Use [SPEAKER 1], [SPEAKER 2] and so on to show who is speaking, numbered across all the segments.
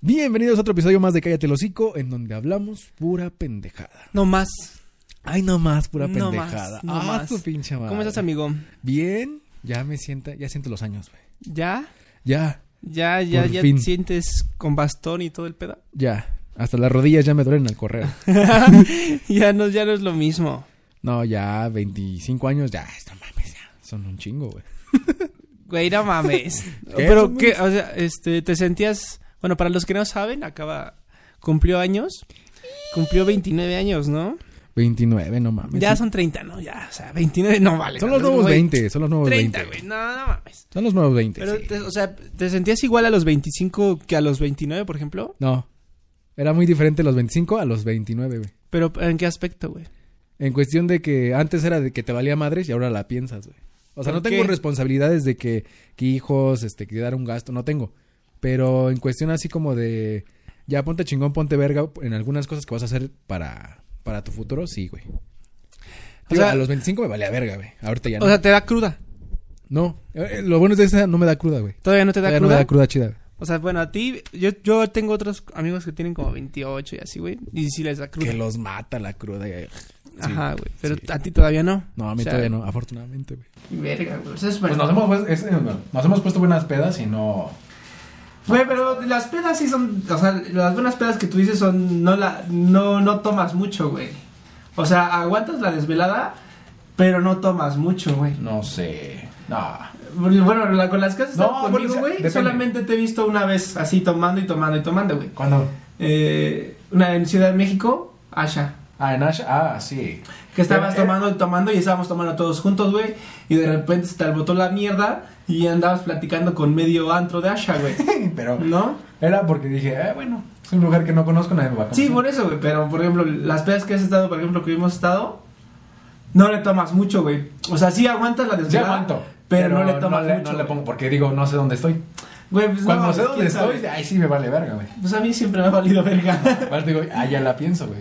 [SPEAKER 1] Bienvenidos a otro episodio más de Cállate el Hocico, en donde hablamos pura pendejada.
[SPEAKER 2] No más.
[SPEAKER 1] Ay, no más, pura
[SPEAKER 2] No
[SPEAKER 1] pendejada.
[SPEAKER 2] más, no
[SPEAKER 1] ah,
[SPEAKER 2] más.
[SPEAKER 1] tu pinche madre.
[SPEAKER 2] ¿Cómo estás, amigo?
[SPEAKER 1] Bien, ya me sienta, ya siento los años, güey.
[SPEAKER 2] ¿Ya?
[SPEAKER 1] Ya,
[SPEAKER 2] ¿Ya, ya,
[SPEAKER 1] Por
[SPEAKER 2] ya
[SPEAKER 1] fin.
[SPEAKER 2] te sientes con bastón y todo el pedo?
[SPEAKER 1] ya. Hasta las rodillas ya me duelen al correr.
[SPEAKER 2] ya, no, ya no es lo mismo.
[SPEAKER 1] No, ya, 25 años, ya, no mames, ya. Son un chingo, güey.
[SPEAKER 2] Güey, no mames.
[SPEAKER 1] no
[SPEAKER 2] Pero, ¿qué? O sea, este, te sentías... Bueno, para los que no saben, acaba... Cumplió años. Cumplió 29 años, ¿no?
[SPEAKER 1] 29, no mames.
[SPEAKER 2] Ya
[SPEAKER 1] son,
[SPEAKER 2] son 30, ¿no? Ya, o sea, 29 no vale.
[SPEAKER 1] los
[SPEAKER 2] cabrón,
[SPEAKER 1] nuevos
[SPEAKER 2] güey.
[SPEAKER 1] 20, son los nuevos
[SPEAKER 2] 30,
[SPEAKER 1] 20.
[SPEAKER 2] güey. No, no mames.
[SPEAKER 1] Son los nuevos 20.
[SPEAKER 2] Pero,
[SPEAKER 1] sí.
[SPEAKER 2] te- o sea, ¿te sentías igual a los 25 que a los 29, por ejemplo?
[SPEAKER 1] No, era muy diferente los 25 a los 29, güey.
[SPEAKER 2] Pero, ¿en qué aspecto, güey?
[SPEAKER 1] En cuestión de que antes era de que te valía madres y ahora la piensas, güey. O sea, no
[SPEAKER 2] ¿Por
[SPEAKER 1] tengo
[SPEAKER 2] qué?
[SPEAKER 1] responsabilidades de que, que hijos, este, que dar un gasto, no tengo. Pero en cuestión así como de, ya ponte chingón, ponte verga en algunas cosas que vas a hacer para, para tu futuro, sí, güey. Digo,
[SPEAKER 2] sea-
[SPEAKER 1] a los 25 me valía verga, güey. Ahorita ya no.
[SPEAKER 2] O sea, te da cruda.
[SPEAKER 1] no, Eh, eh, lo bueno es de esa no me da cruda, güey.
[SPEAKER 2] Todavía no te da
[SPEAKER 1] Todavía
[SPEAKER 2] cruda.
[SPEAKER 1] no me da cruda chida. güey.
[SPEAKER 2] O sea, bueno, a ti, yo, yo tengo otros amigos que tienen como 28 y así, güey. Y sí les da cruda.
[SPEAKER 1] Que los mata la cruda. y- sí.
[SPEAKER 2] Ajá, güey. Pero
[SPEAKER 1] sí.
[SPEAKER 2] a ti todavía no.
[SPEAKER 1] No, a mí
[SPEAKER 2] O sea,
[SPEAKER 1] todavía no, afortunadamente, güey.
[SPEAKER 2] Verga, güey. O sea, es
[SPEAKER 1] Pues nos hemos, pues, es- eh, nos hemos puesto buenas pedas y no...
[SPEAKER 2] Güey, pero las pedas sí son. O sea, las buenas pedas que tú dices son. No, la, no, no tomas mucho, güey. O sea, aguantas la desvelada, pero no tomas mucho, güey.
[SPEAKER 1] No sé. No.
[SPEAKER 2] Bueno, la- con las casas
[SPEAKER 1] No,
[SPEAKER 2] no,
[SPEAKER 1] bueno, o
[SPEAKER 2] conmigo,
[SPEAKER 1] sea,
[SPEAKER 2] güey.
[SPEAKER 1] depende.
[SPEAKER 2] solamente te he visto una vez así tomando y tomando y tomando, güey.
[SPEAKER 1] ¿Cuándo?
[SPEAKER 2] Eh, una en Ciudad de México, Asha.
[SPEAKER 1] Ah, en Ash. Ah, sí.
[SPEAKER 2] Que estabas
[SPEAKER 1] Eh, eh.
[SPEAKER 2] tomando y tomando y estábamos tomando todos juntos, güey. Y de repente se te albotó la mierda y andabas platicando con medio antro de Asha, güey.
[SPEAKER 1] eh, Pero
[SPEAKER 2] ¿No?
[SPEAKER 1] era porque dije, eh, bueno, es un lugar que no conozco, nadie me va a conocer.
[SPEAKER 2] Sí, por eso, güey. Pero, por ejemplo, las pedas que has estado, por ejemplo, que hemos estado, no le tomas mucho, güey. O sea, sí aguantas la
[SPEAKER 1] Ya
[SPEAKER 2] desvelada.
[SPEAKER 1] aguanto.
[SPEAKER 2] Pero, no le tomas
[SPEAKER 1] no
[SPEAKER 2] mucho.
[SPEAKER 1] le
[SPEAKER 2] güey.
[SPEAKER 1] pongo, porque digo, no sé dónde estoy.
[SPEAKER 2] Güey, pues no,
[SPEAKER 1] Cuando
[SPEAKER 2] pues,
[SPEAKER 1] sé dónde
[SPEAKER 2] quién
[SPEAKER 1] estoy,
[SPEAKER 2] sabe.
[SPEAKER 1] ahí sí me vale verga, güey.
[SPEAKER 2] Pues a mí siempre me ha valido verga.
[SPEAKER 1] Aparte digo, ah, ya la pienso, güey.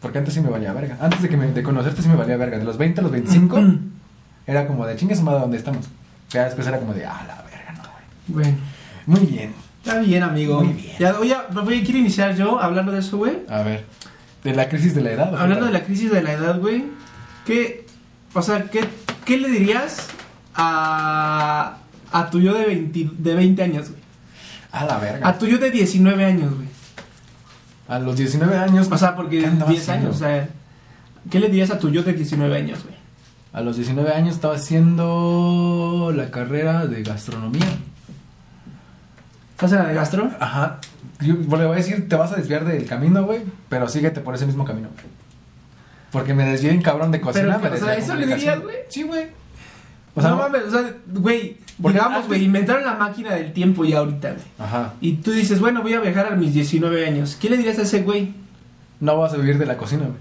[SPEAKER 1] Porque antes sí me valía verga. Antes de que me, de conocerte sí me valía verga. De los 20 a los 25,
[SPEAKER 2] Mm-hmm.
[SPEAKER 1] era como de chingas madre dónde estamos. Ya después era como de, ah, la verga, no, güey.
[SPEAKER 2] bueno,
[SPEAKER 1] Muy bien.
[SPEAKER 2] está bien, amigo.
[SPEAKER 1] Muy bien.
[SPEAKER 2] Ya, oye, oye, quiero iniciar yo hablando de eso, güey.
[SPEAKER 1] A ver. De la crisis de la edad. ¿o qué
[SPEAKER 2] Hablando de
[SPEAKER 1] tal?
[SPEAKER 2] la crisis de la edad, güey, ¿qué, o sea, qué, qué le dirías a, a tu yo de 20, de 20 años, güey?
[SPEAKER 1] A la verga.
[SPEAKER 2] A tu yo de 19 años, güey.
[SPEAKER 1] A los 19 años.
[SPEAKER 2] O sea, porque
[SPEAKER 1] ¿Qué andaba
[SPEAKER 2] 10
[SPEAKER 1] haciendo?
[SPEAKER 2] años, o sea, ¿qué le dirías a tu yo de 19 años, güey?
[SPEAKER 1] A los 19 años estaba haciendo la carrera de gastronomía.
[SPEAKER 2] ¿Estás en la de gastro?
[SPEAKER 1] Ajá. Yo le voy a decir, te vas a desviar del camino, güey, pero síguete por ese mismo camino. Porque me desvié en cabrón de cocina.
[SPEAKER 2] Pero,
[SPEAKER 1] me
[SPEAKER 2] o
[SPEAKER 1] desvié
[SPEAKER 2] sea,
[SPEAKER 1] a
[SPEAKER 2] ¿eso le
[SPEAKER 1] comunicación.
[SPEAKER 2] dirías, güey?
[SPEAKER 1] Sí, güey.
[SPEAKER 2] O sea, no, mames, o sea, güey,
[SPEAKER 1] Porque
[SPEAKER 2] digamos,
[SPEAKER 1] antes-
[SPEAKER 2] güey, inventaron la máquina del tiempo ya ahorita, güey.
[SPEAKER 1] Ajá.
[SPEAKER 2] Y tú dices, bueno, voy a viajar a mis 19 años. ¿Qué le dirías a ese güey?
[SPEAKER 1] No vas a vivir de la cocina, güey.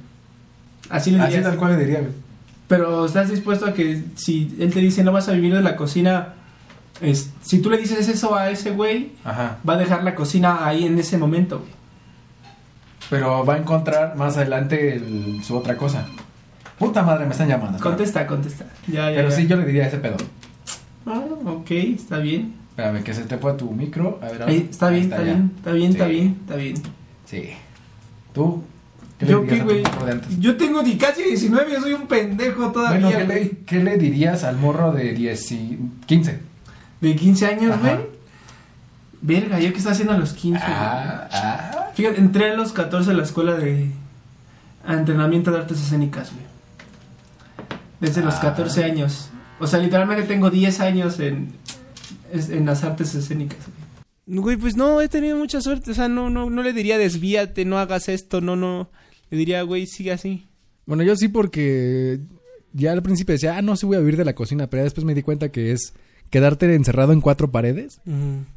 [SPEAKER 2] Así le
[SPEAKER 1] Así
[SPEAKER 2] dirías.
[SPEAKER 1] tal cual le diría, güey.
[SPEAKER 2] Pero estás dispuesto a que si él te dice no vas a vivir de la cocina, es- si tú le dices eso a ese güey,
[SPEAKER 1] Ajá.
[SPEAKER 2] va a dejar la cocina ahí en ese momento, güey.
[SPEAKER 1] Pero va a encontrar más adelante el- su otra cosa. Puta madre, me están llamando.
[SPEAKER 2] Contesta, contesta. Ya, ya.
[SPEAKER 1] Pero
[SPEAKER 2] ya.
[SPEAKER 1] sí, yo le diría ese pedo.
[SPEAKER 2] Ah, ok, está bien.
[SPEAKER 1] Espérame, que se te fue tu micro. A ver, ahora.
[SPEAKER 2] Ahí, está,
[SPEAKER 1] Ahí
[SPEAKER 2] bien está,
[SPEAKER 1] ya.
[SPEAKER 2] bien, está bien, está
[SPEAKER 1] Sí.
[SPEAKER 2] bien, está bien,
[SPEAKER 1] Sí. ¿Tú? le
[SPEAKER 2] ¿Yo
[SPEAKER 1] dirías
[SPEAKER 2] qué,
[SPEAKER 1] a tu
[SPEAKER 2] güey?
[SPEAKER 1] morro de antes?
[SPEAKER 2] Yo tengo ni casi 19, yo soy un pendejo todavía,
[SPEAKER 1] Bueno, ¿qué
[SPEAKER 2] güey.
[SPEAKER 1] le, qué le dirías al morro de 10 y 15?
[SPEAKER 2] De 15 años,
[SPEAKER 1] Ajá.
[SPEAKER 2] güey. Verga, ¿yo qué estaba haciendo a los 15? güey?
[SPEAKER 1] Ah, ah.
[SPEAKER 2] Fíjate, entré a los 14 a la escuela de a entrenamiento de artes escénicas, güey. Desde los
[SPEAKER 1] Ah.
[SPEAKER 2] 14 años. O sea, literalmente tengo 10 años en, es- en las artes escénicas. Güey, pues no, he tenido mucha suerte. O sea, no, no, no le diría desvíate, no hagas esto, no, no. Le diría, güey, sigue así.
[SPEAKER 1] Bueno, yo sí porque ya al principio decía, ah, no, sí voy a vivir de la cocina, pero ya después me di cuenta que es quedarte encerrado en cuatro paredes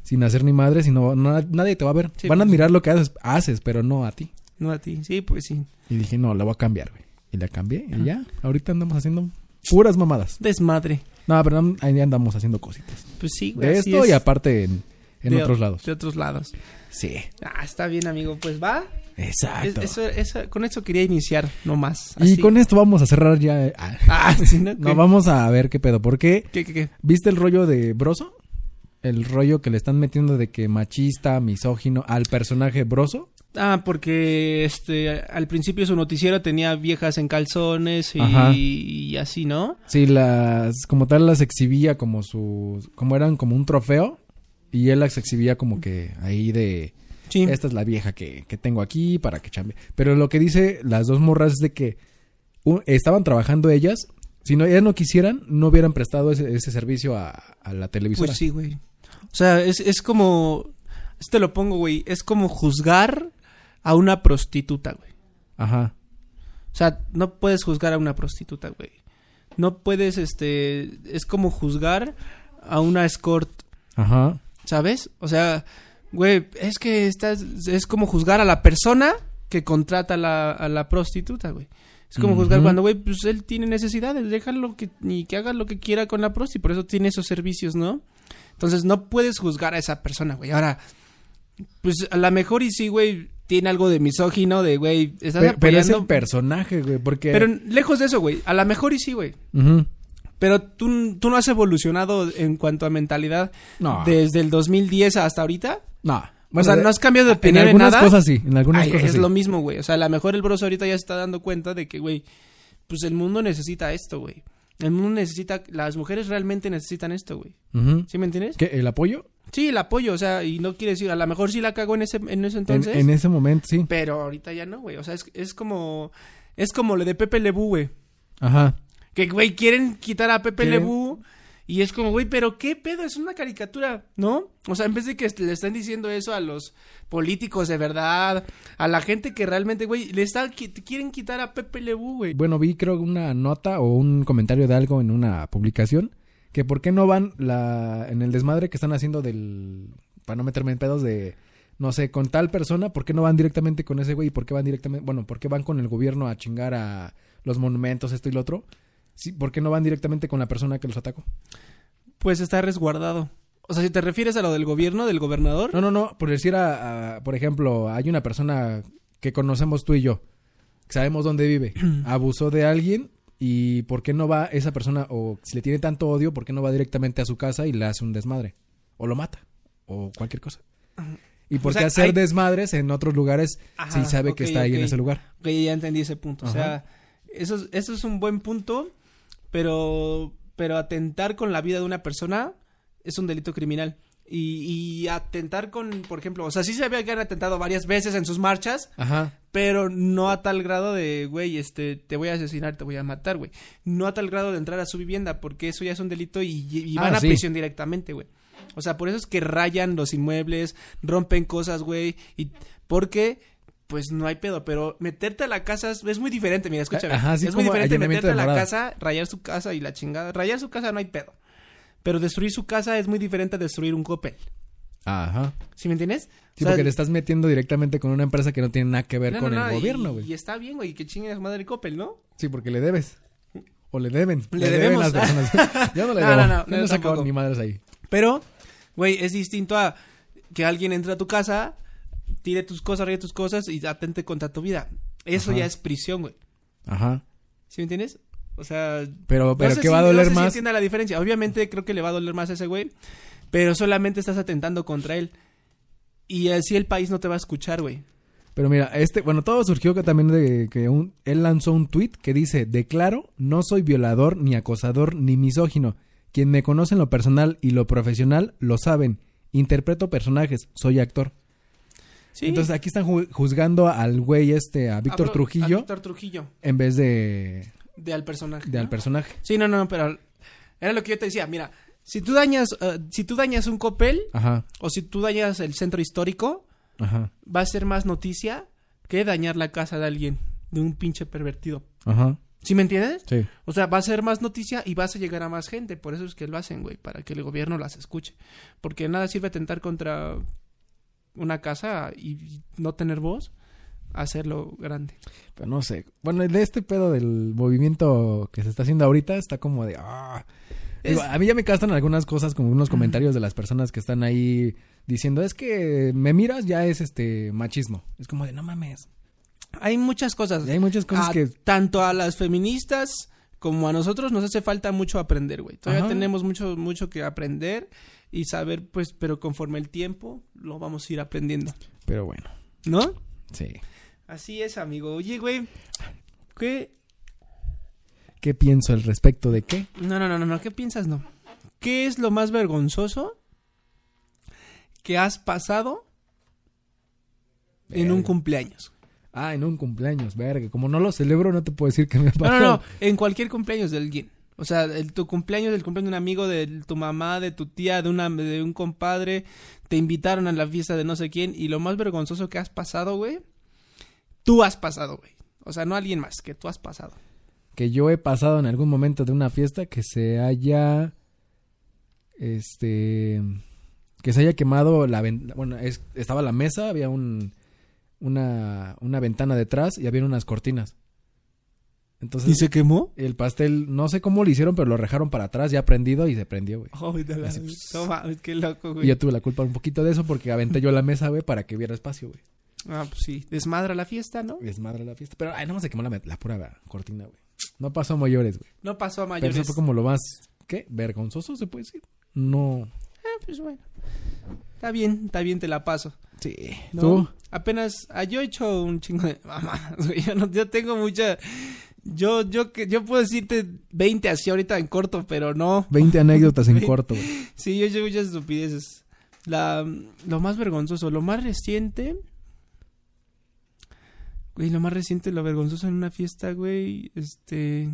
[SPEAKER 1] sin hacer ni madre, sino no- nadie te va a ver.
[SPEAKER 2] Sí,
[SPEAKER 1] Van a
[SPEAKER 2] pues.
[SPEAKER 1] admirar lo que haces, haces, pero no a ti.
[SPEAKER 2] No a ti, sí, pues sí.
[SPEAKER 1] Y dije, no, la voy a cambiar, güey. Y la cambié y ya, ahorita andamos haciendo puras mamadas.
[SPEAKER 2] Desmadre.
[SPEAKER 1] No, pero am- ahí andamos haciendo cositas.
[SPEAKER 2] Pues sí, güey.
[SPEAKER 1] De
[SPEAKER 2] así
[SPEAKER 1] esto y
[SPEAKER 2] es.
[SPEAKER 1] aparte en, en
[SPEAKER 2] De-
[SPEAKER 1] otros lados.
[SPEAKER 2] De otros lados.
[SPEAKER 1] Sí,
[SPEAKER 2] Ah, está bien, amigo. Pues va. Es-
[SPEAKER 1] exacto.
[SPEAKER 2] eso, eso- con eso quería iniciar, no más.
[SPEAKER 1] Y
[SPEAKER 2] así.
[SPEAKER 1] con esto vamos a cerrar ya. eh, ah.
[SPEAKER 2] Ah, sí, ¿no?
[SPEAKER 1] No, vamos a ver qué pedo. ¿Por qué?
[SPEAKER 2] ¿Qué, qué, qué?
[SPEAKER 1] ¿Viste el rollo de Broso? el rollo que le están metiendo de que machista, misógino al personaje broso.
[SPEAKER 2] Ah, porque este al principio su noticiero tenía viejas en calzones y,
[SPEAKER 1] Ajá.
[SPEAKER 2] y así, ¿no?
[SPEAKER 1] Sí, las como tal las exhibía como sus como eran como un trofeo y él las exhibía como que ahí de
[SPEAKER 2] Sí.
[SPEAKER 1] esta es la vieja que, que tengo aquí para que chambe. Pero lo que dice las dos morras es de que u- estaban trabajando ellas, si no ellas no quisieran no hubieran prestado ese, ese servicio a, a la televisora.
[SPEAKER 2] Pues sí, güey. O sea, es, es como. Este lo pongo, güey. Es como juzgar a una prostituta, güey.
[SPEAKER 1] Ajá.
[SPEAKER 2] O sea, no puedes juzgar a una prostituta, güey. No puedes, este. Es como juzgar a una escort,
[SPEAKER 1] Ajá.
[SPEAKER 2] ¿sabes? O sea, güey, es que estás. Es como juzgar a la persona que contrata a la, a la prostituta, güey. Es como juzgar
[SPEAKER 1] Ujú.
[SPEAKER 2] cuando, güey, pues él tiene necesidades, déjalo que, y que haga lo que quiera con la prosti, por eso tiene esos servicios, ¿no? Entonces no puedes juzgar a esa persona, güey. Ahora, pues a lo mejor y sí, güey, tiene algo de misógino, de, güey, estás
[SPEAKER 1] Pero, pero es el
[SPEAKER 2] apoyando-
[SPEAKER 1] personaje, güey, porque
[SPEAKER 2] pero lejos de eso, güey. A lo mejor y sí, güey.
[SPEAKER 1] Ujú.
[SPEAKER 2] Pero tú, tú no has evolucionado en cuanto a mentalidad
[SPEAKER 1] No.
[SPEAKER 2] desde el 2010 hasta ahorita.
[SPEAKER 1] No.
[SPEAKER 2] o sea,
[SPEAKER 1] de-
[SPEAKER 2] no has cambiado de opinión
[SPEAKER 1] en
[SPEAKER 2] en,
[SPEAKER 1] algunas
[SPEAKER 2] nada.
[SPEAKER 1] cosas sí, en algunas
[SPEAKER 2] Ay,
[SPEAKER 1] cosas
[SPEAKER 2] es
[SPEAKER 1] sí.
[SPEAKER 2] lo mismo, güey. O sea, a lo mejor el broso ahorita ya se está dando cuenta de que, güey, pues el mundo necesita esto, güey. El mundo necesita, las mujeres realmente necesitan esto, güey.
[SPEAKER 1] Ujú.
[SPEAKER 2] ¿Sí me entiendes?
[SPEAKER 1] ¿Qué, ¿El apoyo?
[SPEAKER 2] Sí, el apoyo, o sea, y no quiere decir, a lo mejor sí la cago en ese, en ese
[SPEAKER 1] En,
[SPEAKER 2] entonces,
[SPEAKER 1] en ese momento, sí.
[SPEAKER 2] pero ahorita ya no, güey. O sea, es, es como, es como lo de Pepe Lebú, güey.
[SPEAKER 1] Ajá.
[SPEAKER 2] Que, güey, quieren quitar a Pepe
[SPEAKER 1] ¿Quieren?
[SPEAKER 2] Lebu. Y es como, güey, pero qué pedo, es una caricatura, ¿no? O sea, en vez de que le estén diciendo eso a los políticos de verdad, a la gente que realmente, güey, le están, qui- quieren quitar a Pepe Lebu, güey.
[SPEAKER 1] Bueno, vi creo una nota o un comentario de algo en una publicación que por qué no van la en el desmadre que están haciendo del para no meterme en pedos de no sé, con tal persona, ¿por qué no van directamente con ese güey? ¿Y por qué van directamente, bueno, por qué van con el gobierno a chingar a los monumentos esto y lo otro? Sí, ¿por qué no van directamente con la persona que los atacó?
[SPEAKER 2] Pues está resguardado. O sea, si te refieres a lo del gobierno, del gobernador.
[SPEAKER 1] No, no, no, por decir a, a- por ejemplo, hay una persona que conocemos tú y yo, que sabemos dónde vive, abusó de alguien y por qué no va esa persona o si le tiene tanto odio, por qué no va directamente a su casa y le hace un desmadre o lo mata o cualquier cosa. ¿Y por
[SPEAKER 2] Mm. O sea,
[SPEAKER 1] qué hacer
[SPEAKER 2] hay-
[SPEAKER 1] desmadres en otros lugares
[SPEAKER 2] Ajá,
[SPEAKER 1] si sabe que
[SPEAKER 2] ok,
[SPEAKER 1] está ahí en
[SPEAKER 2] ok.
[SPEAKER 1] ese lugar?
[SPEAKER 2] Ok, ya entendí ese punto. O sea, eso es, eso es un buen punto, pero, pero atentar con la vida de una persona es un delito criminal. Y, y atentar con, por ejemplo, o sea, sí se había que han atentado varias veces en sus marchas,
[SPEAKER 1] Ajá.
[SPEAKER 2] pero no a tal grado de, güey, este, te voy a asesinar, te voy a matar, güey. No a tal grado de entrar a su vivienda, porque eso ya es un delito y, y van
[SPEAKER 1] Ah,
[SPEAKER 2] a
[SPEAKER 1] sí.
[SPEAKER 2] prisión directamente, güey. O sea, por eso es que rayan los inmuebles, rompen cosas, güey, y porque, pues no hay pedo, pero meterte a la casa es, es muy diferente, mira, escúchame.
[SPEAKER 1] Ajá, sí,
[SPEAKER 2] es muy
[SPEAKER 1] como
[SPEAKER 2] diferente
[SPEAKER 1] allanamiento
[SPEAKER 2] meterte a
[SPEAKER 1] de
[SPEAKER 2] la
[SPEAKER 1] morada.
[SPEAKER 2] casa, rayar su casa y la chingada. Rayar su casa no hay pedo. Pero destruir su casa es muy diferente a destruir un copel.
[SPEAKER 1] Ajá.
[SPEAKER 2] ¿Sí me entiendes?
[SPEAKER 1] Sí,
[SPEAKER 2] O sea,
[SPEAKER 1] porque le estás metiendo directamente con una empresa que no tiene nada que ver
[SPEAKER 2] no,
[SPEAKER 1] con
[SPEAKER 2] no,
[SPEAKER 1] el
[SPEAKER 2] no, y-
[SPEAKER 1] gobierno, güey.
[SPEAKER 2] Y está bien, güey, que chingue a su madre el copel, ¿no?
[SPEAKER 1] Sí, porque le debes. O le deben.
[SPEAKER 2] Le
[SPEAKER 1] deben las
[SPEAKER 2] debemos.
[SPEAKER 1] personas. yo no le
[SPEAKER 2] No,
[SPEAKER 1] debo.
[SPEAKER 2] no, no,
[SPEAKER 1] Yo
[SPEAKER 2] no,
[SPEAKER 1] no he sacado
[SPEAKER 2] tampoco.
[SPEAKER 1] ni madres ahí.
[SPEAKER 2] Pero, güey, es distinto a que alguien entre a tu casa, tire tus cosas, ríe tus cosas y atente contra tu vida. Eso
[SPEAKER 1] Ajá.
[SPEAKER 2] ya es prisión, güey.
[SPEAKER 1] Ajá.
[SPEAKER 2] ¿Sí me entiendes? O sea,
[SPEAKER 1] Pero, pero
[SPEAKER 2] no sé
[SPEAKER 1] ¿qué
[SPEAKER 2] si-
[SPEAKER 1] va a doler
[SPEAKER 2] no sé si
[SPEAKER 1] más?
[SPEAKER 2] entienda la diferencia. Obviamente creo que le va a doler más a ese güey, pero solamente estás atentando contra él. Y así el país no te va a escuchar, güey.
[SPEAKER 1] Pero mira, este, bueno, todo surgió que también de que un, él lanzó un tweet que dice, declaro, no soy violador, ni acosador, ni misógino. Quien me conoce en lo personal y lo profesional lo saben. Interpreto personajes, soy actor.
[SPEAKER 2] Sí.
[SPEAKER 1] Entonces aquí están ju- juzgando al güey este, a Víctor
[SPEAKER 2] Hablo-
[SPEAKER 1] Trujillo,
[SPEAKER 2] a Víctor Ah. Trujillo,
[SPEAKER 1] en vez de,
[SPEAKER 2] de al personaje.
[SPEAKER 1] de al
[SPEAKER 2] ¿no?
[SPEAKER 1] personaje.
[SPEAKER 2] Sí, no, no, pero era lo que yo te decía. Mira, si tú dañas, eh, si tú dañas un copel
[SPEAKER 1] Ajá,
[SPEAKER 2] o si tú dañas el centro histórico,
[SPEAKER 1] ajá,
[SPEAKER 2] va a ser más noticia que dañar la casa de alguien, de un pinche pervertido.
[SPEAKER 1] ajá,
[SPEAKER 2] ¿Sí me entiendes?
[SPEAKER 1] sí.
[SPEAKER 2] O sea, va a ser más noticia y vas a llegar a más gente. Por eso es que lo hacen, güey, para que el gobierno las escuche. Porque nada sirve atentar contra una casa y no tener voz, hacerlo grande.
[SPEAKER 1] Pero no sé. Bueno, de este pedo del movimiento que se está haciendo ahorita está como de... ah. Digo,
[SPEAKER 2] Es-
[SPEAKER 1] a mí ya me castan algunas cosas, como unos comentarios de las personas que están ahí diciendo, es que me miras ya es este machismo. Es como de, no mames.
[SPEAKER 2] Hay muchas cosas.
[SPEAKER 1] Y hay muchas cosas
[SPEAKER 2] A-
[SPEAKER 1] que...
[SPEAKER 2] Tanto a las feministas como a nosotros nos hace falta mucho aprender, güey. Todavía
[SPEAKER 1] Ajá.
[SPEAKER 2] tenemos mucho, mucho que aprender. y saber, pues, pero conforme el tiempo lo vamos a ir aprendiendo.
[SPEAKER 1] Pero bueno.
[SPEAKER 2] ¿No?
[SPEAKER 1] Sí.
[SPEAKER 2] Así es, amigo. Oye, güey, ¿qué?
[SPEAKER 1] ¿Qué pienso al respecto de qué?
[SPEAKER 2] No, no, no, no, no, ¿qué piensas? No. ¿Qué es lo más vergonzoso que has pasado en
[SPEAKER 1] Verga.
[SPEAKER 2] un cumpleaños?
[SPEAKER 1] Ah, en un cumpleaños, verga. Como no lo celebro, no te puedo decir que me pasó.
[SPEAKER 2] No, no, no, en cualquier cumpleaños de alguien. O sea, el, tu cumpleaños, el cumpleaños de un amigo, de tu mamá, de tu tía, de, una, de un compadre, te invitaron a la fiesta de no sé quién y lo más vergonzoso que has pasado, güey, tú has pasado, güey. O sea, no alguien más, que tú has pasado.
[SPEAKER 1] Que yo he pasado en algún momento de una fiesta que se haya. Este. Que se haya quemado la ventana. Bueno, es- estaba la mesa, había un. Una, una ventana detrás y había unas cortinas. Entonces,
[SPEAKER 2] quemó?
[SPEAKER 1] el pastel, no sé cómo lo hicieron, pero lo rejaron para atrás, ya prendido y se prendió, güey.
[SPEAKER 2] Oh, de la-
[SPEAKER 1] Así, pues.
[SPEAKER 2] no mames, qué loco,
[SPEAKER 1] Y
[SPEAKER 2] güey.
[SPEAKER 1] yo tuve la culpa un poquito de eso porque aventé yo la mesa, güey, para que hubiera espacio, güey.
[SPEAKER 2] Ah, pues sí, desmadra la fiesta, ¿no?
[SPEAKER 1] Desmadre la fiesta. Pero, ay, no se quemó la, met- la pura cortina, güey. No pasó a mayores, güey.
[SPEAKER 2] No pasó a
[SPEAKER 1] Pero
[SPEAKER 2] mayores.
[SPEAKER 1] eso fue como lo más, ¿qué? Vergonzoso, se puede decir. No.
[SPEAKER 2] Ah, pues bueno. Está bien, está bien, te la paso.
[SPEAKER 1] Sí.
[SPEAKER 2] ¿no?
[SPEAKER 1] ¿Tú?
[SPEAKER 2] Apenas, ah, yo he hecho un chingo de mamadas, güey. Yo, no, yo tengo mucha, yo, yo, que- yo puedo decirte 20 así ahorita en corto, pero no.
[SPEAKER 1] 20 anécdotas en
[SPEAKER 2] Ve-
[SPEAKER 1] corto, güey.
[SPEAKER 2] Sí, yo he hecho muchas estupideces. La, lo más vergonzoso, lo más reciente. Güey, lo más reciente, lo vergonzoso en una fiesta, güey. Este.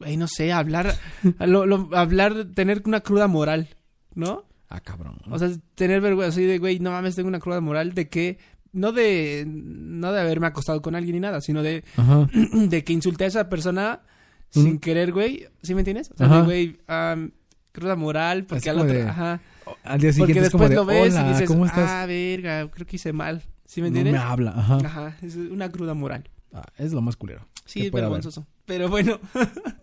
[SPEAKER 2] Güey, no sé, hablar. lo- lo- hablar, tener una cruda moral, ¿no?
[SPEAKER 1] Ah, cabrón.
[SPEAKER 2] O sea, tener vergüenza así de, güey, no mames, tengo una cruda moral de que. No de. No de haberme acostado con alguien ni nada, sino de
[SPEAKER 1] Ajá.
[SPEAKER 2] de que insulté a esa persona sin querer, güey. ¿Sí me entiendes? O sea,
[SPEAKER 1] Ajá.
[SPEAKER 2] de, güey, am, cruda moral,
[SPEAKER 1] Así
[SPEAKER 2] porque al
[SPEAKER 1] como
[SPEAKER 2] otro,
[SPEAKER 1] de-
[SPEAKER 2] ajá.
[SPEAKER 1] Al día
[SPEAKER 2] Porque
[SPEAKER 1] siguiente es como
[SPEAKER 2] después
[SPEAKER 1] de,
[SPEAKER 2] lo ves
[SPEAKER 1] hola,
[SPEAKER 2] y dices,
[SPEAKER 1] ¿cómo estás?
[SPEAKER 2] ah, verga, creo que hice mal. ¿Sí me
[SPEAKER 1] no
[SPEAKER 2] entiendes?
[SPEAKER 1] me habla, ajá.
[SPEAKER 2] Ajá, es una cruda moral.
[SPEAKER 1] Ah, es lo más culero.
[SPEAKER 2] Sí,
[SPEAKER 1] que
[SPEAKER 2] es
[SPEAKER 1] puede haber.
[SPEAKER 2] vergonzoso. Pero bueno,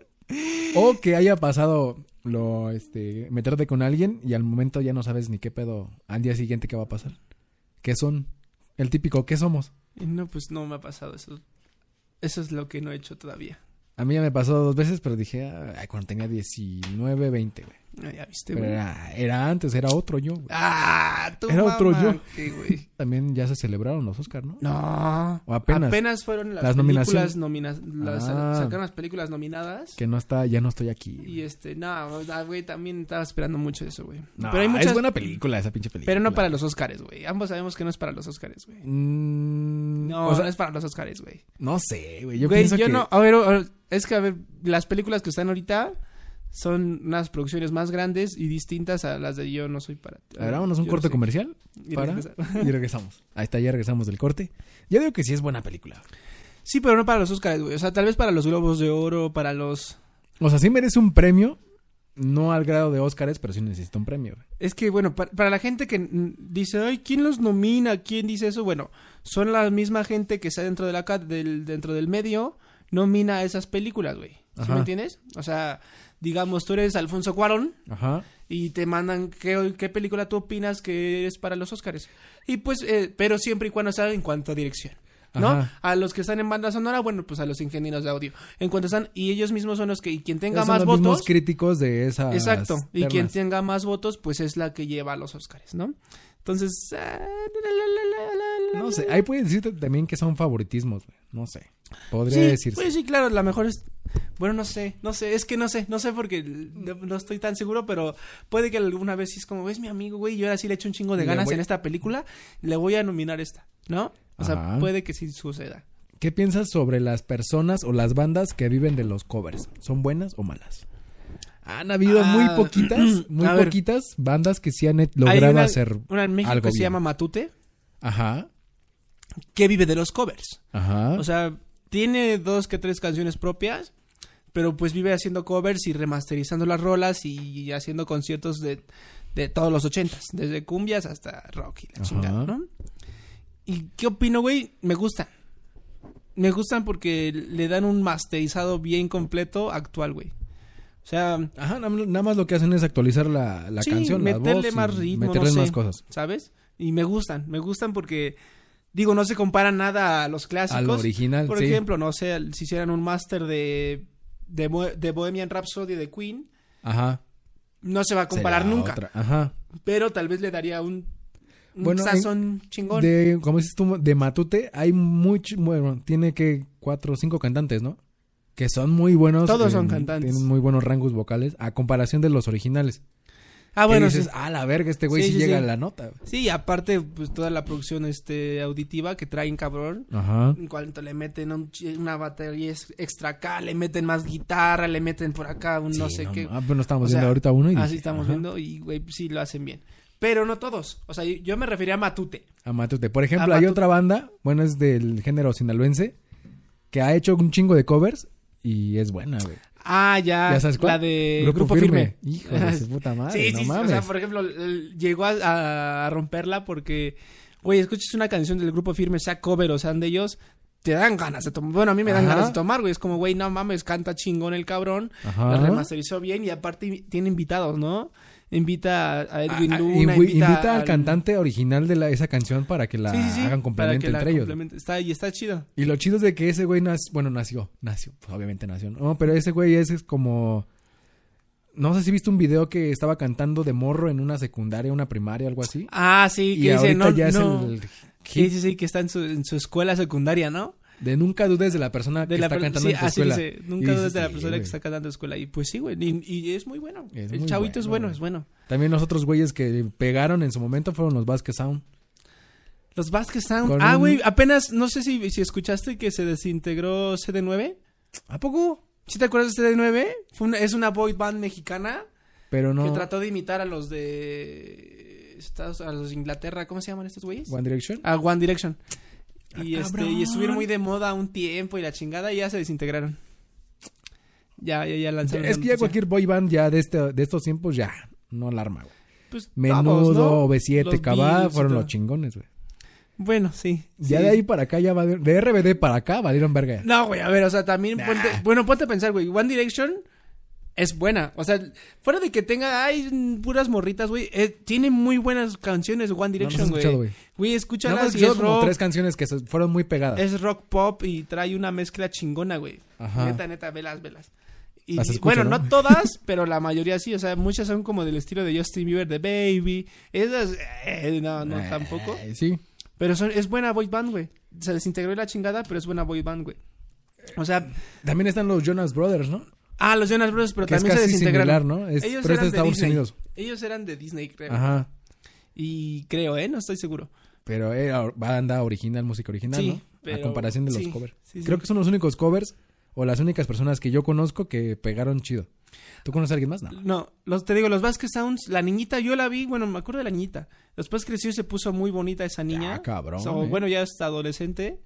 [SPEAKER 1] O que haya pasado lo, este, meterte con alguien y al momento ya no sabes ni qué pedo al día siguiente qué va a pasar. ¿Qué son? El típico, ¿qué somos?
[SPEAKER 2] no, pues no me ha pasado eso. Eso es lo que no he hecho todavía.
[SPEAKER 1] A mí ya me pasó dos veces, pero dije, "Ay, cuando tenía 19, 20, güey.
[SPEAKER 2] Ah, Ya viste,
[SPEAKER 1] Pero
[SPEAKER 2] güey.
[SPEAKER 1] era, era antes, era otro yo, güey.
[SPEAKER 2] Ah, tú
[SPEAKER 1] Era otro yo.
[SPEAKER 2] mamaste, güey.
[SPEAKER 1] También ya se celebraron los Oscar, ¿no?
[SPEAKER 2] No.
[SPEAKER 1] O apenas.
[SPEAKER 2] fueron las,
[SPEAKER 1] Las
[SPEAKER 2] películas
[SPEAKER 1] nominaciones.
[SPEAKER 2] nominadas. Las,
[SPEAKER 1] Ah.
[SPEAKER 2] Sacaron las películas nominadas.
[SPEAKER 1] Que no está, ya no estoy aquí.
[SPEAKER 2] Y este, no, ah, güey, también estaba esperando mucho eso, güey.
[SPEAKER 1] No,
[SPEAKER 2] pero hay muchas.
[SPEAKER 1] Es buena película esa pinche película.
[SPEAKER 2] Pero no para los Oscars, güey. Ambos sabemos que no es para los Oscars, güey.
[SPEAKER 1] Mm,
[SPEAKER 2] No,
[SPEAKER 1] o sea,
[SPEAKER 2] no es para los Oscars, güey.
[SPEAKER 1] no sé, güey. Yo
[SPEAKER 2] Güey,
[SPEAKER 1] pienso
[SPEAKER 2] yo
[SPEAKER 1] que...
[SPEAKER 2] no. A ver, a ver, es que, a ver, las películas que están ahorita son unas producciones más grandes y distintas a las de Yo no soy para ti.
[SPEAKER 1] A ver, vámonos a un
[SPEAKER 2] Yo
[SPEAKER 1] corte
[SPEAKER 2] no sé.
[SPEAKER 1] comercial
[SPEAKER 2] Y
[SPEAKER 1] para-
[SPEAKER 2] regresar.
[SPEAKER 1] y regresamos. Ahí está, ya regresamos del corte. Yo digo que sí es buena película.
[SPEAKER 2] Sí, pero no para los Oscars, güey. O sea, tal vez para los Globos de Oro, para los.
[SPEAKER 1] O sea, sí merece un premio, no al grado de Oscars, pero sí necesita un premio. güey.
[SPEAKER 2] Es que, bueno, pa- para, la gente que mm, dice, ay, ¿quién los nomina? ¿Quién dice eso? Bueno, son la misma gente que está dentro, de la, ca- del, dentro del medio, nomina a esas películas, güey. ¿Sí
[SPEAKER 1] Ajá.
[SPEAKER 2] me entiendes? O sea, digamos, tú eres Alfonso Cuarón
[SPEAKER 1] Ajá.
[SPEAKER 2] y te mandan qué, qué película tú opinas que es para los Oscars. Y pues, eh, pero siempre y cuando sea en cuanto a dirección. ¿No?
[SPEAKER 1] Ajá.
[SPEAKER 2] A los que están en banda sonora, bueno, pues a los ingenieros de audio. En cuanto están, y ellos mismos son los que, y quien tenga
[SPEAKER 1] Esos son
[SPEAKER 2] más
[SPEAKER 1] los
[SPEAKER 2] votos.
[SPEAKER 1] mismos críticos de esa.
[SPEAKER 2] Exacto. Y quien tenga más votos, pues es la que lleva a los Oscars, ¿no? Entonces. ah, la, la, la, la, la, la,
[SPEAKER 1] No
[SPEAKER 2] la.
[SPEAKER 1] sé, ahí puede decirte también que son favoritismos, güey. No sé. Podría
[SPEAKER 2] Sí,
[SPEAKER 1] decirse.
[SPEAKER 2] pues sí, claro, la mejor es. Bueno, no sé, no sé, es que no sé, no sé porque no, no estoy tan seguro, pero puede que alguna vez sí es como, es mi amigo, güey, yo ahora sí le echo un chingo de
[SPEAKER 1] Le
[SPEAKER 2] ganas
[SPEAKER 1] voy-
[SPEAKER 2] en esta película, le voy a nominar esta, ¿no? O sea,
[SPEAKER 1] Ajá.
[SPEAKER 2] puede que sí suceda.
[SPEAKER 1] ¿Qué piensas sobre las personas o las bandas que viven de los covers? ¿Son buenas o malas? Han habido
[SPEAKER 2] Ah,
[SPEAKER 1] muy poquitas, muy
[SPEAKER 2] a ver.
[SPEAKER 1] poquitas bandas que sí han he-
[SPEAKER 2] Hay
[SPEAKER 1] logrado
[SPEAKER 2] una-
[SPEAKER 1] hacer
[SPEAKER 2] Una en México
[SPEAKER 1] algo
[SPEAKER 2] que se
[SPEAKER 1] bien.
[SPEAKER 2] llama Matute,
[SPEAKER 1] Ajá,
[SPEAKER 2] que vive de los covers.
[SPEAKER 1] ajá.
[SPEAKER 2] O sea, tiene dos que tres canciones propias, pero pues vive haciendo covers y remasterizando las rolas y haciendo conciertos de, de todos los ochentas, desde cumbias hasta rock y la
[SPEAKER 1] Ajá.
[SPEAKER 2] chingada, ¿no? ¿Y qué opino, güey? Me gustan. Me gustan porque le dan un masterizado bien completo actual, güey. O sea,
[SPEAKER 1] Ajá, nam- nada más lo que hacen es actualizar la, la
[SPEAKER 2] sí,
[SPEAKER 1] canción, la
[SPEAKER 2] meterle
[SPEAKER 1] voz y
[SPEAKER 2] más ritmo, no
[SPEAKER 1] meterle
[SPEAKER 2] sé,
[SPEAKER 1] más cosas.
[SPEAKER 2] ¿sabes? Y me gustan, me gustan porque, digo, no se compara nada a los clásicos.
[SPEAKER 1] Al original,
[SPEAKER 2] Por
[SPEAKER 1] sí.
[SPEAKER 2] ejemplo, no sé, al- si hicieran un máster de, de, Bo- de Bohemian Rhapsody de Queen,
[SPEAKER 1] Ajá.
[SPEAKER 2] No se va a comparar
[SPEAKER 1] Será
[SPEAKER 2] nunca.
[SPEAKER 1] otra. Ajá.
[SPEAKER 2] Pero tal vez le daría un, un
[SPEAKER 1] Bueno, en-
[SPEAKER 2] sazón chingón.
[SPEAKER 1] De, como dices tú, de Matute hay mucho, bueno, tiene que cuatro o cinco cantantes, ¿no? Que son muy buenos. eh,
[SPEAKER 2] Todos son cantantes.
[SPEAKER 1] Tienen muy buenos rangos vocales a comparación de los originales.
[SPEAKER 2] ah,
[SPEAKER 1] Que
[SPEAKER 2] bueno,
[SPEAKER 1] dices,
[SPEAKER 2] sí.
[SPEAKER 1] ah, la verga, este güey
[SPEAKER 2] Sí,
[SPEAKER 1] sí,
[SPEAKER 2] sí,
[SPEAKER 1] llega
[SPEAKER 2] sí.
[SPEAKER 1] a la nota.
[SPEAKER 2] Sí, aparte, pues toda la producción este auditiva que traen cabrón.
[SPEAKER 1] Ajá.
[SPEAKER 2] En cuanto le meten un chi- una batería ex- extra acá, le meten más guitarra, le meten por acá un no
[SPEAKER 1] Sí,
[SPEAKER 2] sé qué.
[SPEAKER 1] Ah, pero no
[SPEAKER 2] O
[SPEAKER 1] estamos
[SPEAKER 2] sea,
[SPEAKER 1] viendo ahorita uno y
[SPEAKER 2] Así
[SPEAKER 1] dije,
[SPEAKER 2] estamos
[SPEAKER 1] ajá,
[SPEAKER 2] viendo y, güey, sí lo hacen bien. Pero no todos. O sea, yo- yo me refería a Matute.
[SPEAKER 1] A Matute. Por ejemplo,
[SPEAKER 2] A
[SPEAKER 1] hay
[SPEAKER 2] Matute.
[SPEAKER 1] otra banda, bueno, es del género sinaloense, que ha hecho un chingo de covers y es buena, güey.
[SPEAKER 2] Ah, ya.
[SPEAKER 1] ¿Ya sabes cuál?
[SPEAKER 2] La de Grupo, Firme.
[SPEAKER 1] Hijo de su puta madre,
[SPEAKER 2] sí,
[SPEAKER 1] no
[SPEAKER 2] sí, sí. O
[SPEAKER 1] mames.
[SPEAKER 2] sea, por ejemplo, el- llegó a, a romperla porque, güey, escuchas una canción del Grupo Firme, sea cover o sean de ellos, te dan ganas de tomar. Bueno, a mí me dan
[SPEAKER 1] Ajá.
[SPEAKER 2] ganas de tomar, güey. Es como, güey, no mames, canta chingón el cabrón.
[SPEAKER 1] Ajá.
[SPEAKER 2] La remasterizó bien y aparte tiene invitados, ¿no? Invita a Edwin
[SPEAKER 1] Ah, ah,
[SPEAKER 2] Luna,
[SPEAKER 1] invi-
[SPEAKER 2] invita,
[SPEAKER 1] invita al cantante original de la- esa canción para que la
[SPEAKER 2] Sí, sí, sí,
[SPEAKER 1] hagan
[SPEAKER 2] para que
[SPEAKER 1] complemento
[SPEAKER 2] la
[SPEAKER 1] entre ellos.
[SPEAKER 2] complemente. Está, y está chido.
[SPEAKER 1] Y lo chido es de que ese güey nació, bueno, nació, nació, pues obviamente nació, no, pero ese güey es, es como, no sé si viste un video que estaba cantando de morro en una secundaria, una primaria, algo así.
[SPEAKER 2] Ah, sí,
[SPEAKER 1] y
[SPEAKER 2] que dice,
[SPEAKER 1] ahorita
[SPEAKER 2] no,
[SPEAKER 1] ya
[SPEAKER 2] no.
[SPEAKER 1] es el
[SPEAKER 2] Sí,
[SPEAKER 1] hit
[SPEAKER 2] sí, sí, que está en su, en su escuela secundaria, ¿no?
[SPEAKER 1] de nunca dudes de la persona
[SPEAKER 2] De
[SPEAKER 1] que
[SPEAKER 2] la
[SPEAKER 1] está
[SPEAKER 2] per-
[SPEAKER 1] cantando
[SPEAKER 2] sí,
[SPEAKER 1] en tu
[SPEAKER 2] así
[SPEAKER 1] escuela.
[SPEAKER 2] dice,
[SPEAKER 1] Y
[SPEAKER 2] nunca
[SPEAKER 1] dices,
[SPEAKER 2] dudas de la
[SPEAKER 1] "Sí,
[SPEAKER 2] persona que
[SPEAKER 1] güey".
[SPEAKER 2] está cantando en tu escuela. Y pues sí, güey. Y, y es muy bueno.
[SPEAKER 1] Es
[SPEAKER 2] el
[SPEAKER 1] muy
[SPEAKER 2] chavito es
[SPEAKER 1] bueno,
[SPEAKER 2] bueno, es bueno.
[SPEAKER 1] También los otros güeyes que pegaron en su momento fueron los Vasquez Sound.
[SPEAKER 2] Los Vasquez Sound.
[SPEAKER 1] Con
[SPEAKER 2] Ah,
[SPEAKER 1] un-
[SPEAKER 2] güey, apenas, no sé si, si escuchaste que se desintegró CD9.
[SPEAKER 1] ¿A poco?
[SPEAKER 2] ¿Sí te acuerdas de CD9? Fue una- es una boy band mexicana
[SPEAKER 1] Pero no.
[SPEAKER 2] que trató de imitar a los de Estados, a los de Inglaterra. ¿Cómo se llaman estos güeyes?
[SPEAKER 1] One Direction.
[SPEAKER 2] A One Direction. Y,
[SPEAKER 1] Ah,
[SPEAKER 2] este,
[SPEAKER 1] cabrón.
[SPEAKER 2] y estuvieron muy de moda un tiempo y la chingada y ya se desintegraron. Ya, ya, ya lanzaron.
[SPEAKER 1] es
[SPEAKER 2] la
[SPEAKER 1] que ya
[SPEAKER 2] noticia.
[SPEAKER 1] cualquier boy band ya de, este, de estos tiempos ya no alarma, güey.
[SPEAKER 2] Pues,
[SPEAKER 1] Menudo,
[SPEAKER 2] todos, ¿no?
[SPEAKER 1] B7,
[SPEAKER 2] Los
[SPEAKER 1] Cabá,
[SPEAKER 2] Beatles y
[SPEAKER 1] fueron
[SPEAKER 2] todo.
[SPEAKER 1] los chingones, güey.
[SPEAKER 2] Bueno, sí.
[SPEAKER 1] Ya
[SPEAKER 2] sí.
[SPEAKER 1] de ahí para acá ya va de RBD para acá valieron verga.
[SPEAKER 2] No, güey, a ver, o sea, también
[SPEAKER 1] Nah.
[SPEAKER 2] ponte, bueno, ponte a pensar, güey, One Direction es buena, o sea, fuera de que tenga ay mm, puras morritas, güey, eh, tiene muy buenas canciones One
[SPEAKER 1] No, no
[SPEAKER 2] Direction,
[SPEAKER 1] has escuchado,
[SPEAKER 2] güey.
[SPEAKER 1] güey.
[SPEAKER 2] Güey,
[SPEAKER 1] Nada más
[SPEAKER 2] escúchalas y
[SPEAKER 1] escuchado
[SPEAKER 2] es
[SPEAKER 1] como
[SPEAKER 2] rock,
[SPEAKER 1] tres canciones que se- fueron muy pegadas.
[SPEAKER 2] es rock pop y trae una mezcla chingona, güey.
[SPEAKER 1] Ajá.
[SPEAKER 2] Neta, neta, velas, velas. Y,
[SPEAKER 1] Las
[SPEAKER 2] y,
[SPEAKER 1] escucho,
[SPEAKER 2] bueno,
[SPEAKER 1] ¿no?
[SPEAKER 2] ¿no? todas, pero la mayoría sí, o sea, muchas son como del estilo de Justin Bieber, de Baby, esas, eh, no, no,
[SPEAKER 1] Eh,
[SPEAKER 2] tampoco.
[SPEAKER 1] Sí.
[SPEAKER 2] Pero son- es buena boy band, güey. Se desintegró la chingada, pero es buena boy band, güey. O sea,
[SPEAKER 1] También están los Jonas Brothers, ¿no?
[SPEAKER 2] ah, los Jonas Brothers, pero
[SPEAKER 1] Que es
[SPEAKER 2] también se
[SPEAKER 1] casi similar,
[SPEAKER 2] desintegraron.
[SPEAKER 1] ¿no? Es,
[SPEAKER 2] Ellos
[SPEAKER 1] pero es
[SPEAKER 2] eran
[SPEAKER 1] de
[SPEAKER 2] de
[SPEAKER 1] Estados
[SPEAKER 2] Disney.
[SPEAKER 1] Unidos.
[SPEAKER 2] Ellos eran de Disney, creo.
[SPEAKER 1] Ajá.
[SPEAKER 2] Y creo, ¿eh? No estoy seguro.
[SPEAKER 1] Pero era banda original, música original,
[SPEAKER 2] Sí,
[SPEAKER 1] ¿no? A
[SPEAKER 2] pero-
[SPEAKER 1] comparación de los
[SPEAKER 2] sí,
[SPEAKER 1] covers.
[SPEAKER 2] sí, sí.
[SPEAKER 1] Creo que son los únicos covers o las únicas personas que yo conozco que pegaron chido. ¿Tú conoces a alguien más? No.
[SPEAKER 2] No, los, te digo, los Vasquez Sounds, la niñita, yo la vi, bueno, me acuerdo de la niñita. Después creció y se puso muy bonita esa niña.
[SPEAKER 1] Ah, cabrón,
[SPEAKER 2] So,
[SPEAKER 1] eh.
[SPEAKER 2] Bueno, ya está adolescente.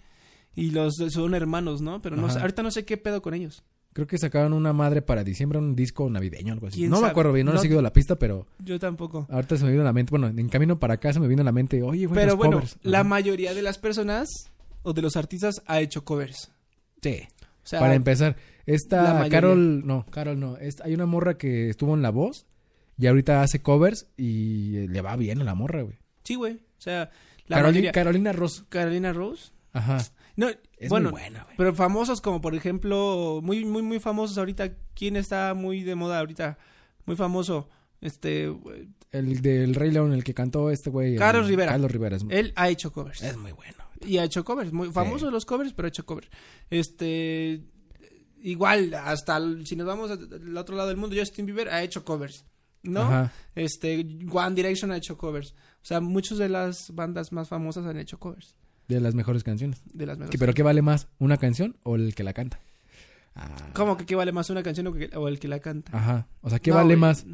[SPEAKER 2] Y los dos son hermanos, ¿no? Pero no,
[SPEAKER 1] Ajá.
[SPEAKER 2] sé- ahorita no sé qué pedo con ellos.
[SPEAKER 1] Creo que sacaron una madre para diciembre, un disco navideño, algo así.
[SPEAKER 2] ¿Quién
[SPEAKER 1] No me
[SPEAKER 2] sabe?
[SPEAKER 1] acuerdo bien, no, le he
[SPEAKER 2] No-
[SPEAKER 1] seguido la pista, pero
[SPEAKER 2] Yo tampoco.
[SPEAKER 1] ahorita se me vino a la mente. Bueno, en camino para acá se me vino a la mente, oye, güey,
[SPEAKER 2] Pero
[SPEAKER 1] los
[SPEAKER 2] bueno,
[SPEAKER 1] covers.
[SPEAKER 2] la
[SPEAKER 1] Ajá.
[SPEAKER 2] mayoría de las personas o de los artistas ha hecho covers.
[SPEAKER 1] Sí.
[SPEAKER 2] O sea,
[SPEAKER 1] para empezar,
[SPEAKER 2] la
[SPEAKER 1] esta
[SPEAKER 2] mayoría.
[SPEAKER 1] Carol, no, Carol no. Esta- hay una morra que estuvo en La Voz y ahorita hace covers y eh, le va bien a la morra, güey.
[SPEAKER 2] sí, güey. O sea, la
[SPEAKER 1] Carolina,
[SPEAKER 2] mayoría.
[SPEAKER 1] Carolina Ross.
[SPEAKER 2] Carolina Rose.
[SPEAKER 1] Ajá.
[SPEAKER 2] No,
[SPEAKER 1] Es
[SPEAKER 2] bueno,
[SPEAKER 1] muy buena, güey.
[SPEAKER 2] pero famosos como por ejemplo, muy muy muy famosos ahorita, ¿quién está muy de moda ahorita? Muy famoso, este güey,
[SPEAKER 1] El del Rey León, el que cantó este güey. el-
[SPEAKER 2] Carlos Rivera. Eh,
[SPEAKER 1] Carlos Rivera. Es,
[SPEAKER 2] él ha hecho covers.
[SPEAKER 1] es muy bueno.
[SPEAKER 2] Y ha hecho covers, muy famosos los covers, pero ha hecho covers. Este igual hasta el- si nos vamos a- al otro lado del mundo, Justin Bieber ha hecho covers. ¿No?
[SPEAKER 1] Ajá.
[SPEAKER 2] Este One Direction ha hecho covers. O sea, muchas de las bandas más famosas han hecho covers
[SPEAKER 1] De las mejores canciones.
[SPEAKER 2] de las mejores.
[SPEAKER 1] Que- ¿Pero qué vale más? ¿Una canción o el que la canta? Ah,
[SPEAKER 2] ¿Cómo que qué vale más una canción o, que- o el que la canta?
[SPEAKER 1] Ajá. O sea, ¿qué
[SPEAKER 2] No,
[SPEAKER 1] vale
[SPEAKER 2] güey.
[SPEAKER 1] más?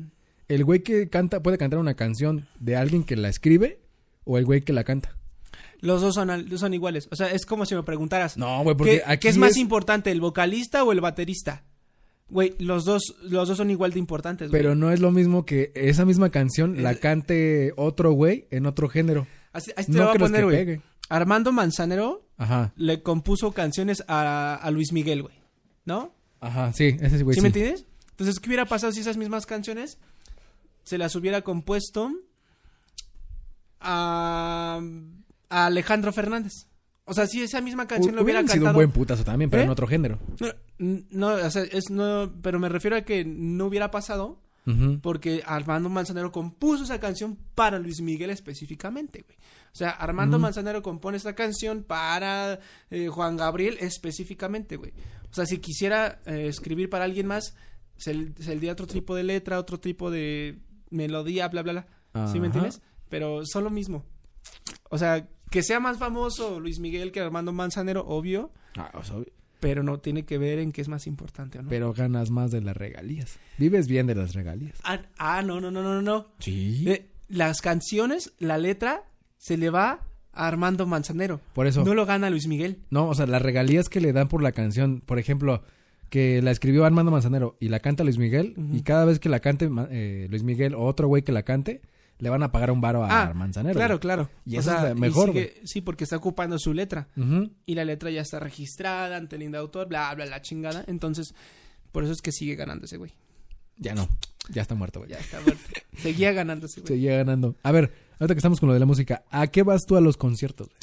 [SPEAKER 1] ¿El güey que canta puede cantar una canción de alguien que la escribe o el güey que la canta?
[SPEAKER 2] Los dos son, al- son iguales. O sea, es como si me preguntaras.
[SPEAKER 1] No, güey, porque
[SPEAKER 2] ¿qué,
[SPEAKER 1] aquí
[SPEAKER 2] qué es más importante, el vocalista o el baterista? Güey, los dos, los dos son igual de importantes, güey.
[SPEAKER 1] Pero no es lo mismo que esa misma canción la cante otro güey en otro género.
[SPEAKER 2] Así- ahí te
[SPEAKER 1] No
[SPEAKER 2] lo voy
[SPEAKER 1] que
[SPEAKER 2] Este a
[SPEAKER 1] los
[SPEAKER 2] poner,
[SPEAKER 1] que
[SPEAKER 2] güey.
[SPEAKER 1] pegue.
[SPEAKER 2] Armando Manzanero
[SPEAKER 1] Ajá.
[SPEAKER 2] le compuso canciones a, a Luis Miguel, güey. ¿No?
[SPEAKER 1] Ajá, sí, ese güey
[SPEAKER 2] ¿Sí,
[SPEAKER 1] Pues sí.
[SPEAKER 2] me entiendes? Entonces, ¿qué hubiera pasado si esas mismas canciones se las hubiera compuesto a, a Alejandro Fernández? O sea, si esa misma canción lo hubiera
[SPEAKER 1] Hubieran sido un
[SPEAKER 2] cantado...
[SPEAKER 1] buen putazo también, pero
[SPEAKER 2] ¿Eh?
[SPEAKER 1] en otro género.
[SPEAKER 2] No, n- no, o sea, es no, pero me refiero a que no hubiera pasado -huh. Porque Armando Manzanero compuso esa canción para Luis Miguel específicamente, güey. O sea, Armando uh -huh. Manzanero compone esta canción para eh, Juan Gabriel específicamente, güey. O sea, si quisiera eh, escribir para alguien más, se, se, le diera otro tipo de letra, otro tipo de melodía, bla, bla, bla. Uh -huh. ¿Sí me entiendes? Pero son lo mismo. O sea, que sea más famoso Luis Miguel que Armando Manzanero, obvio. Ah, o sea, pero no tiene que ver en qué es más importante o no.
[SPEAKER 1] Pero ganas más de las regalías. Vives bien de las regalías.
[SPEAKER 2] Ah, ah no, no, no, no, no.
[SPEAKER 1] Sí.
[SPEAKER 2] Eh, las canciones, la letra, se le va a Armando Manzanero.
[SPEAKER 1] Por eso.
[SPEAKER 2] No lo gana Luis Miguel.
[SPEAKER 1] No, o sea, las regalías que le dan por la canción, por ejemplo, que la escribió Armando Manzanero y la canta Luis Miguel, uh -huh. y cada vez que la cante eh, Luis Miguel o otro güey que la cante, le van a pagar un varo a ah, Manzanero.
[SPEAKER 2] Claro, güey. claro.
[SPEAKER 1] Y o eso sea, es mejor.
[SPEAKER 2] Sigue, sí, porque está ocupando su letra. Uh -huh. Y la letra ya está registrada ante el autor, bla, bla, la chingada. Entonces, por eso es que sigue ganando ese güey.
[SPEAKER 1] Ya no. Ya está muerto, güey.
[SPEAKER 2] Ya está muerto. Seguía ganando ese güey.
[SPEAKER 1] Seguía ganando. A ver, ahorita que estamos con lo de la música, ¿a qué vas tú a los conciertos? Güey?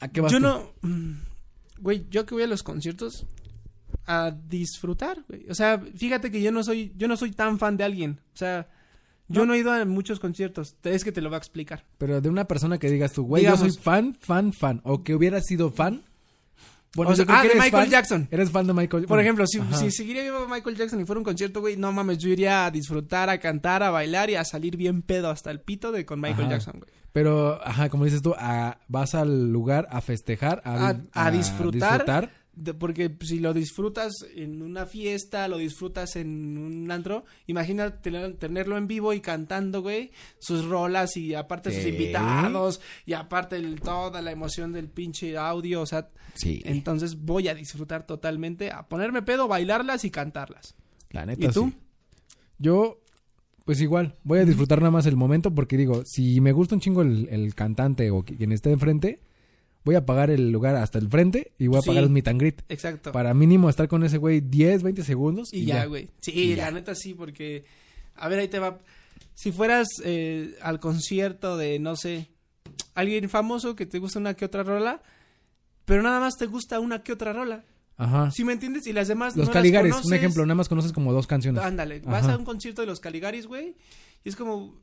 [SPEAKER 2] ¿A qué vas Yo tú? no. mm, Güey, yo que voy a los conciertos a disfrutar, güey. O sea, fíjate que yo no soy yo no soy tan fan de alguien. O sea, yo no. no he ido a muchos conciertos. Es que te lo va a explicar.
[SPEAKER 1] Pero de una persona que digas tú, güey, Digamos, yo soy fan, fan, fan. O que hubiera sido fan.
[SPEAKER 2] Bueno, o sea, ah, de Michael fan, Jackson.
[SPEAKER 1] Eres fan de Michael
[SPEAKER 2] Por bueno, ejemplo, si, si seguiría vivo a Michael Jackson y fuera un concierto, güey, no mames, yo iría a disfrutar, a cantar, a bailar y a salir bien pedo hasta el pito de con Michael ajá. Jackson, güey.
[SPEAKER 1] Pero, ajá, como dices tú, a, vas al lugar a festejar,
[SPEAKER 2] a, a, a disfrutar. disfrutar. De, porque si lo disfrutas en una fiesta, lo disfrutas en un antro, imagina tener, tenerlo en vivo y cantando, güey, sus rolas y aparte ¿Qué? sus invitados y aparte el, toda la emoción del pinche audio, o sea,
[SPEAKER 1] sí.
[SPEAKER 2] entonces voy a disfrutar totalmente, a ponerme pedo, bailarlas y cantarlas.
[SPEAKER 1] La neta. ¿Y tú? Sí. Yo, pues igual, voy a disfrutar nada más el momento porque digo, si me gusta un chingo el, el cantante o quien esté enfrente, voy a pagar el lugar hasta el frente y voy a sí, pagar un meet and greet.
[SPEAKER 2] Exacto.
[SPEAKER 1] Para mínimo estar con ese güey 10, 20 segundos.
[SPEAKER 2] Y, y ya, güey. Sí, y la ya. neta sí, porque. A ver, ahí te va. Si fueras eh, al concierto de, no sé, alguien famoso que te gusta una que otra rola, pero nada más te gusta una que otra rola.
[SPEAKER 1] Ajá.
[SPEAKER 2] ¿Sí me entiendes? Y las demás.
[SPEAKER 1] Los
[SPEAKER 2] no
[SPEAKER 1] Caligaris,
[SPEAKER 2] las
[SPEAKER 1] un ejemplo, nada más conoces como dos canciones.
[SPEAKER 2] Ándale, vas a un concierto de los Caligaris, güey, y es como.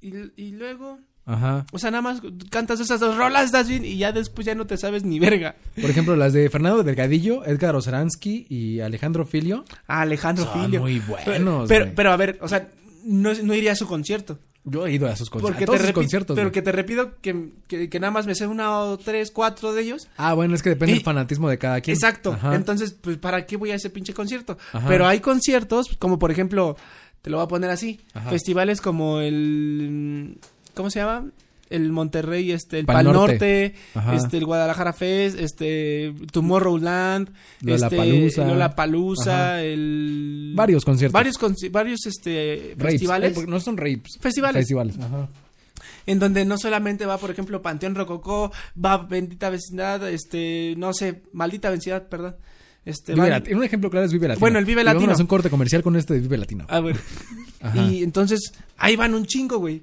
[SPEAKER 2] y, y luego.
[SPEAKER 1] Ajá.
[SPEAKER 2] O sea, nada más cantas esas dos rolas, estás bien, y ya después ya no te sabes ni verga.
[SPEAKER 1] Por ejemplo, las de Fernando Delgadillo, Edgar Oceransky y Alejandro Filio.
[SPEAKER 2] Ah, Alejandro
[SPEAKER 1] son
[SPEAKER 2] Filio.
[SPEAKER 1] Muy buenos.
[SPEAKER 2] Pero, pero, pero, a ver, o sea, no, no iría a su concierto.
[SPEAKER 1] Yo he ido a sus
[SPEAKER 2] conciertos.
[SPEAKER 1] Porque a todos
[SPEAKER 2] te
[SPEAKER 1] sus conciertos
[SPEAKER 2] pero güey. que te repito que, que, que, nada más me sé una o tres, cuatro de ellos.
[SPEAKER 1] Ah, bueno, es que depende del y... fanatismo de cada quien.
[SPEAKER 2] Exacto. Ajá. Entonces, pues, ¿para qué voy a ese pinche concierto? Ajá. Pero hay conciertos, como por ejemplo, te lo voy a poner así, Ajá. festivales como el... ¿cómo se llama? El Monterrey, este, el Pal, Pal Norte, Norte este, el Guadalajara Fest, este, Tomorrowland,
[SPEAKER 1] Lola
[SPEAKER 2] este,
[SPEAKER 1] Palusa,
[SPEAKER 2] Lola Palusa, el...
[SPEAKER 1] Varios conciertos.
[SPEAKER 2] Varios, con, varios, este, rapes. festivales.
[SPEAKER 1] Eh, no son rapes.
[SPEAKER 2] Festivales.
[SPEAKER 1] Festivales, ajá.
[SPEAKER 2] En donde no solamente va, por ejemplo, Panteón Rococó, va Bendita Vecindad, este, no sé, Maldita Vecindad, perdón. Este,
[SPEAKER 1] Vive Latino. un ejemplo claro es Vive Latino.
[SPEAKER 2] Bueno, el Vive y Latino.
[SPEAKER 1] es un corte comercial con este de Vive Latino.
[SPEAKER 2] Ah, bueno. ajá. Y entonces, ahí van un chingo, güey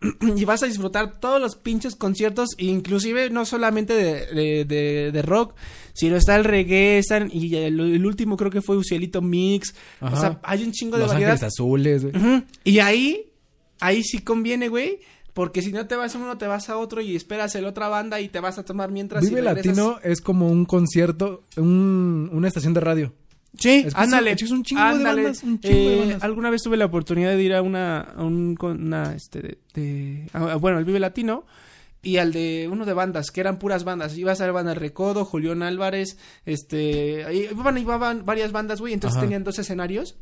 [SPEAKER 2] y vas a disfrutar todos los pinches conciertos, inclusive no solamente de, de, de, de rock, sino está el reggae, están, y el, el, último creo que fue Ucielito Mix, Ajá. o sea, hay un chingo
[SPEAKER 1] los
[SPEAKER 2] de variedad.
[SPEAKER 1] azules, eh.
[SPEAKER 2] güey. Uh -huh. Y ahí, ahí sí conviene, güey. Porque si no te vas a uno, te vas a otro y esperas el otra banda y te vas a tomar mientras.
[SPEAKER 1] Vive
[SPEAKER 2] y
[SPEAKER 1] Latino es como un concierto, un, una estación de radio.
[SPEAKER 2] Sí, es que ándale.
[SPEAKER 1] Es un chingo, ándale. De bandas, un chingo eh, de bandas.
[SPEAKER 2] Alguna vez tuve la oportunidad de ir a una, a un, una, este, de, de a, bueno, el Vive Latino y al de uno de bandas, que eran puras bandas. Ibas a ver Banda Recodo, Julián Álvarez, este, iban, iban varias bandas, güey, entonces Ajá. tenían dos escenarios.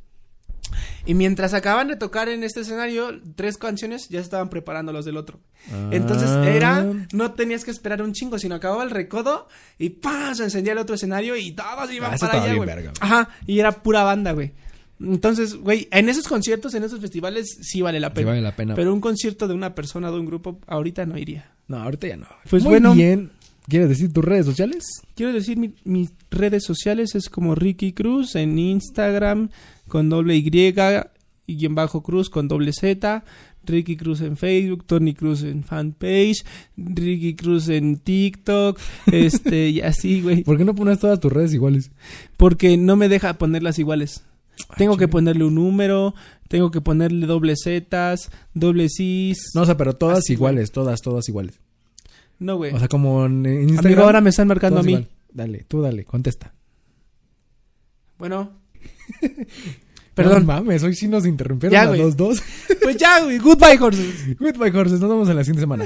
[SPEAKER 2] Y mientras acababan de tocar en este escenario, tres canciones ya estaban preparando los del otro. Ah. Entonces era, no tenías que esperar un chingo, sino acababa el recodo y ¡pam! se encendía el otro escenario y todos
[SPEAKER 1] Ah,
[SPEAKER 2] iban para allá, güey. Ajá, y era pura banda, güey. Entonces, güey, en esos conciertos, en esos festivales, sí vale la pena.
[SPEAKER 1] Sí vale la pena.
[SPEAKER 2] Pero un concierto de una persona, de un grupo, ahorita no iría.
[SPEAKER 1] No, ahorita ya no.
[SPEAKER 2] Pues Muy bueno.
[SPEAKER 1] Bien. ¿Quieres decir tus redes sociales?
[SPEAKER 2] Quiero decir mi, mis redes sociales es como Ricky Cruz en Instagram con doble Y y en bajo Cruz con doble Z, Ricky Cruz en Facebook, Tony Cruz en fanpage, Ricky Cruz en TikTok, este y así, güey.
[SPEAKER 1] ¿Por qué no pones todas tus redes iguales?
[SPEAKER 2] Porque no me deja ponerlas iguales.
[SPEAKER 1] Ah,
[SPEAKER 2] Ay, tengo chico. que ponerle un número, tengo que ponerle doble zetas, doble cis.
[SPEAKER 1] No, o sea, pero todas así, iguales, todas, todas iguales.
[SPEAKER 2] No, güey.
[SPEAKER 1] O sea, como en Instagram.
[SPEAKER 2] Amigo, ahora me están marcando a mí. Igual.
[SPEAKER 1] Dale, tú dale, contesta.
[SPEAKER 2] Bueno.
[SPEAKER 1] Perdón. No mames, hoy sí nos interrumpieron ya, a los dos.
[SPEAKER 2] pues ya, güey. Goodbye, horses.
[SPEAKER 1] Goodbye, horses. Nos vemos en la siguiente semana.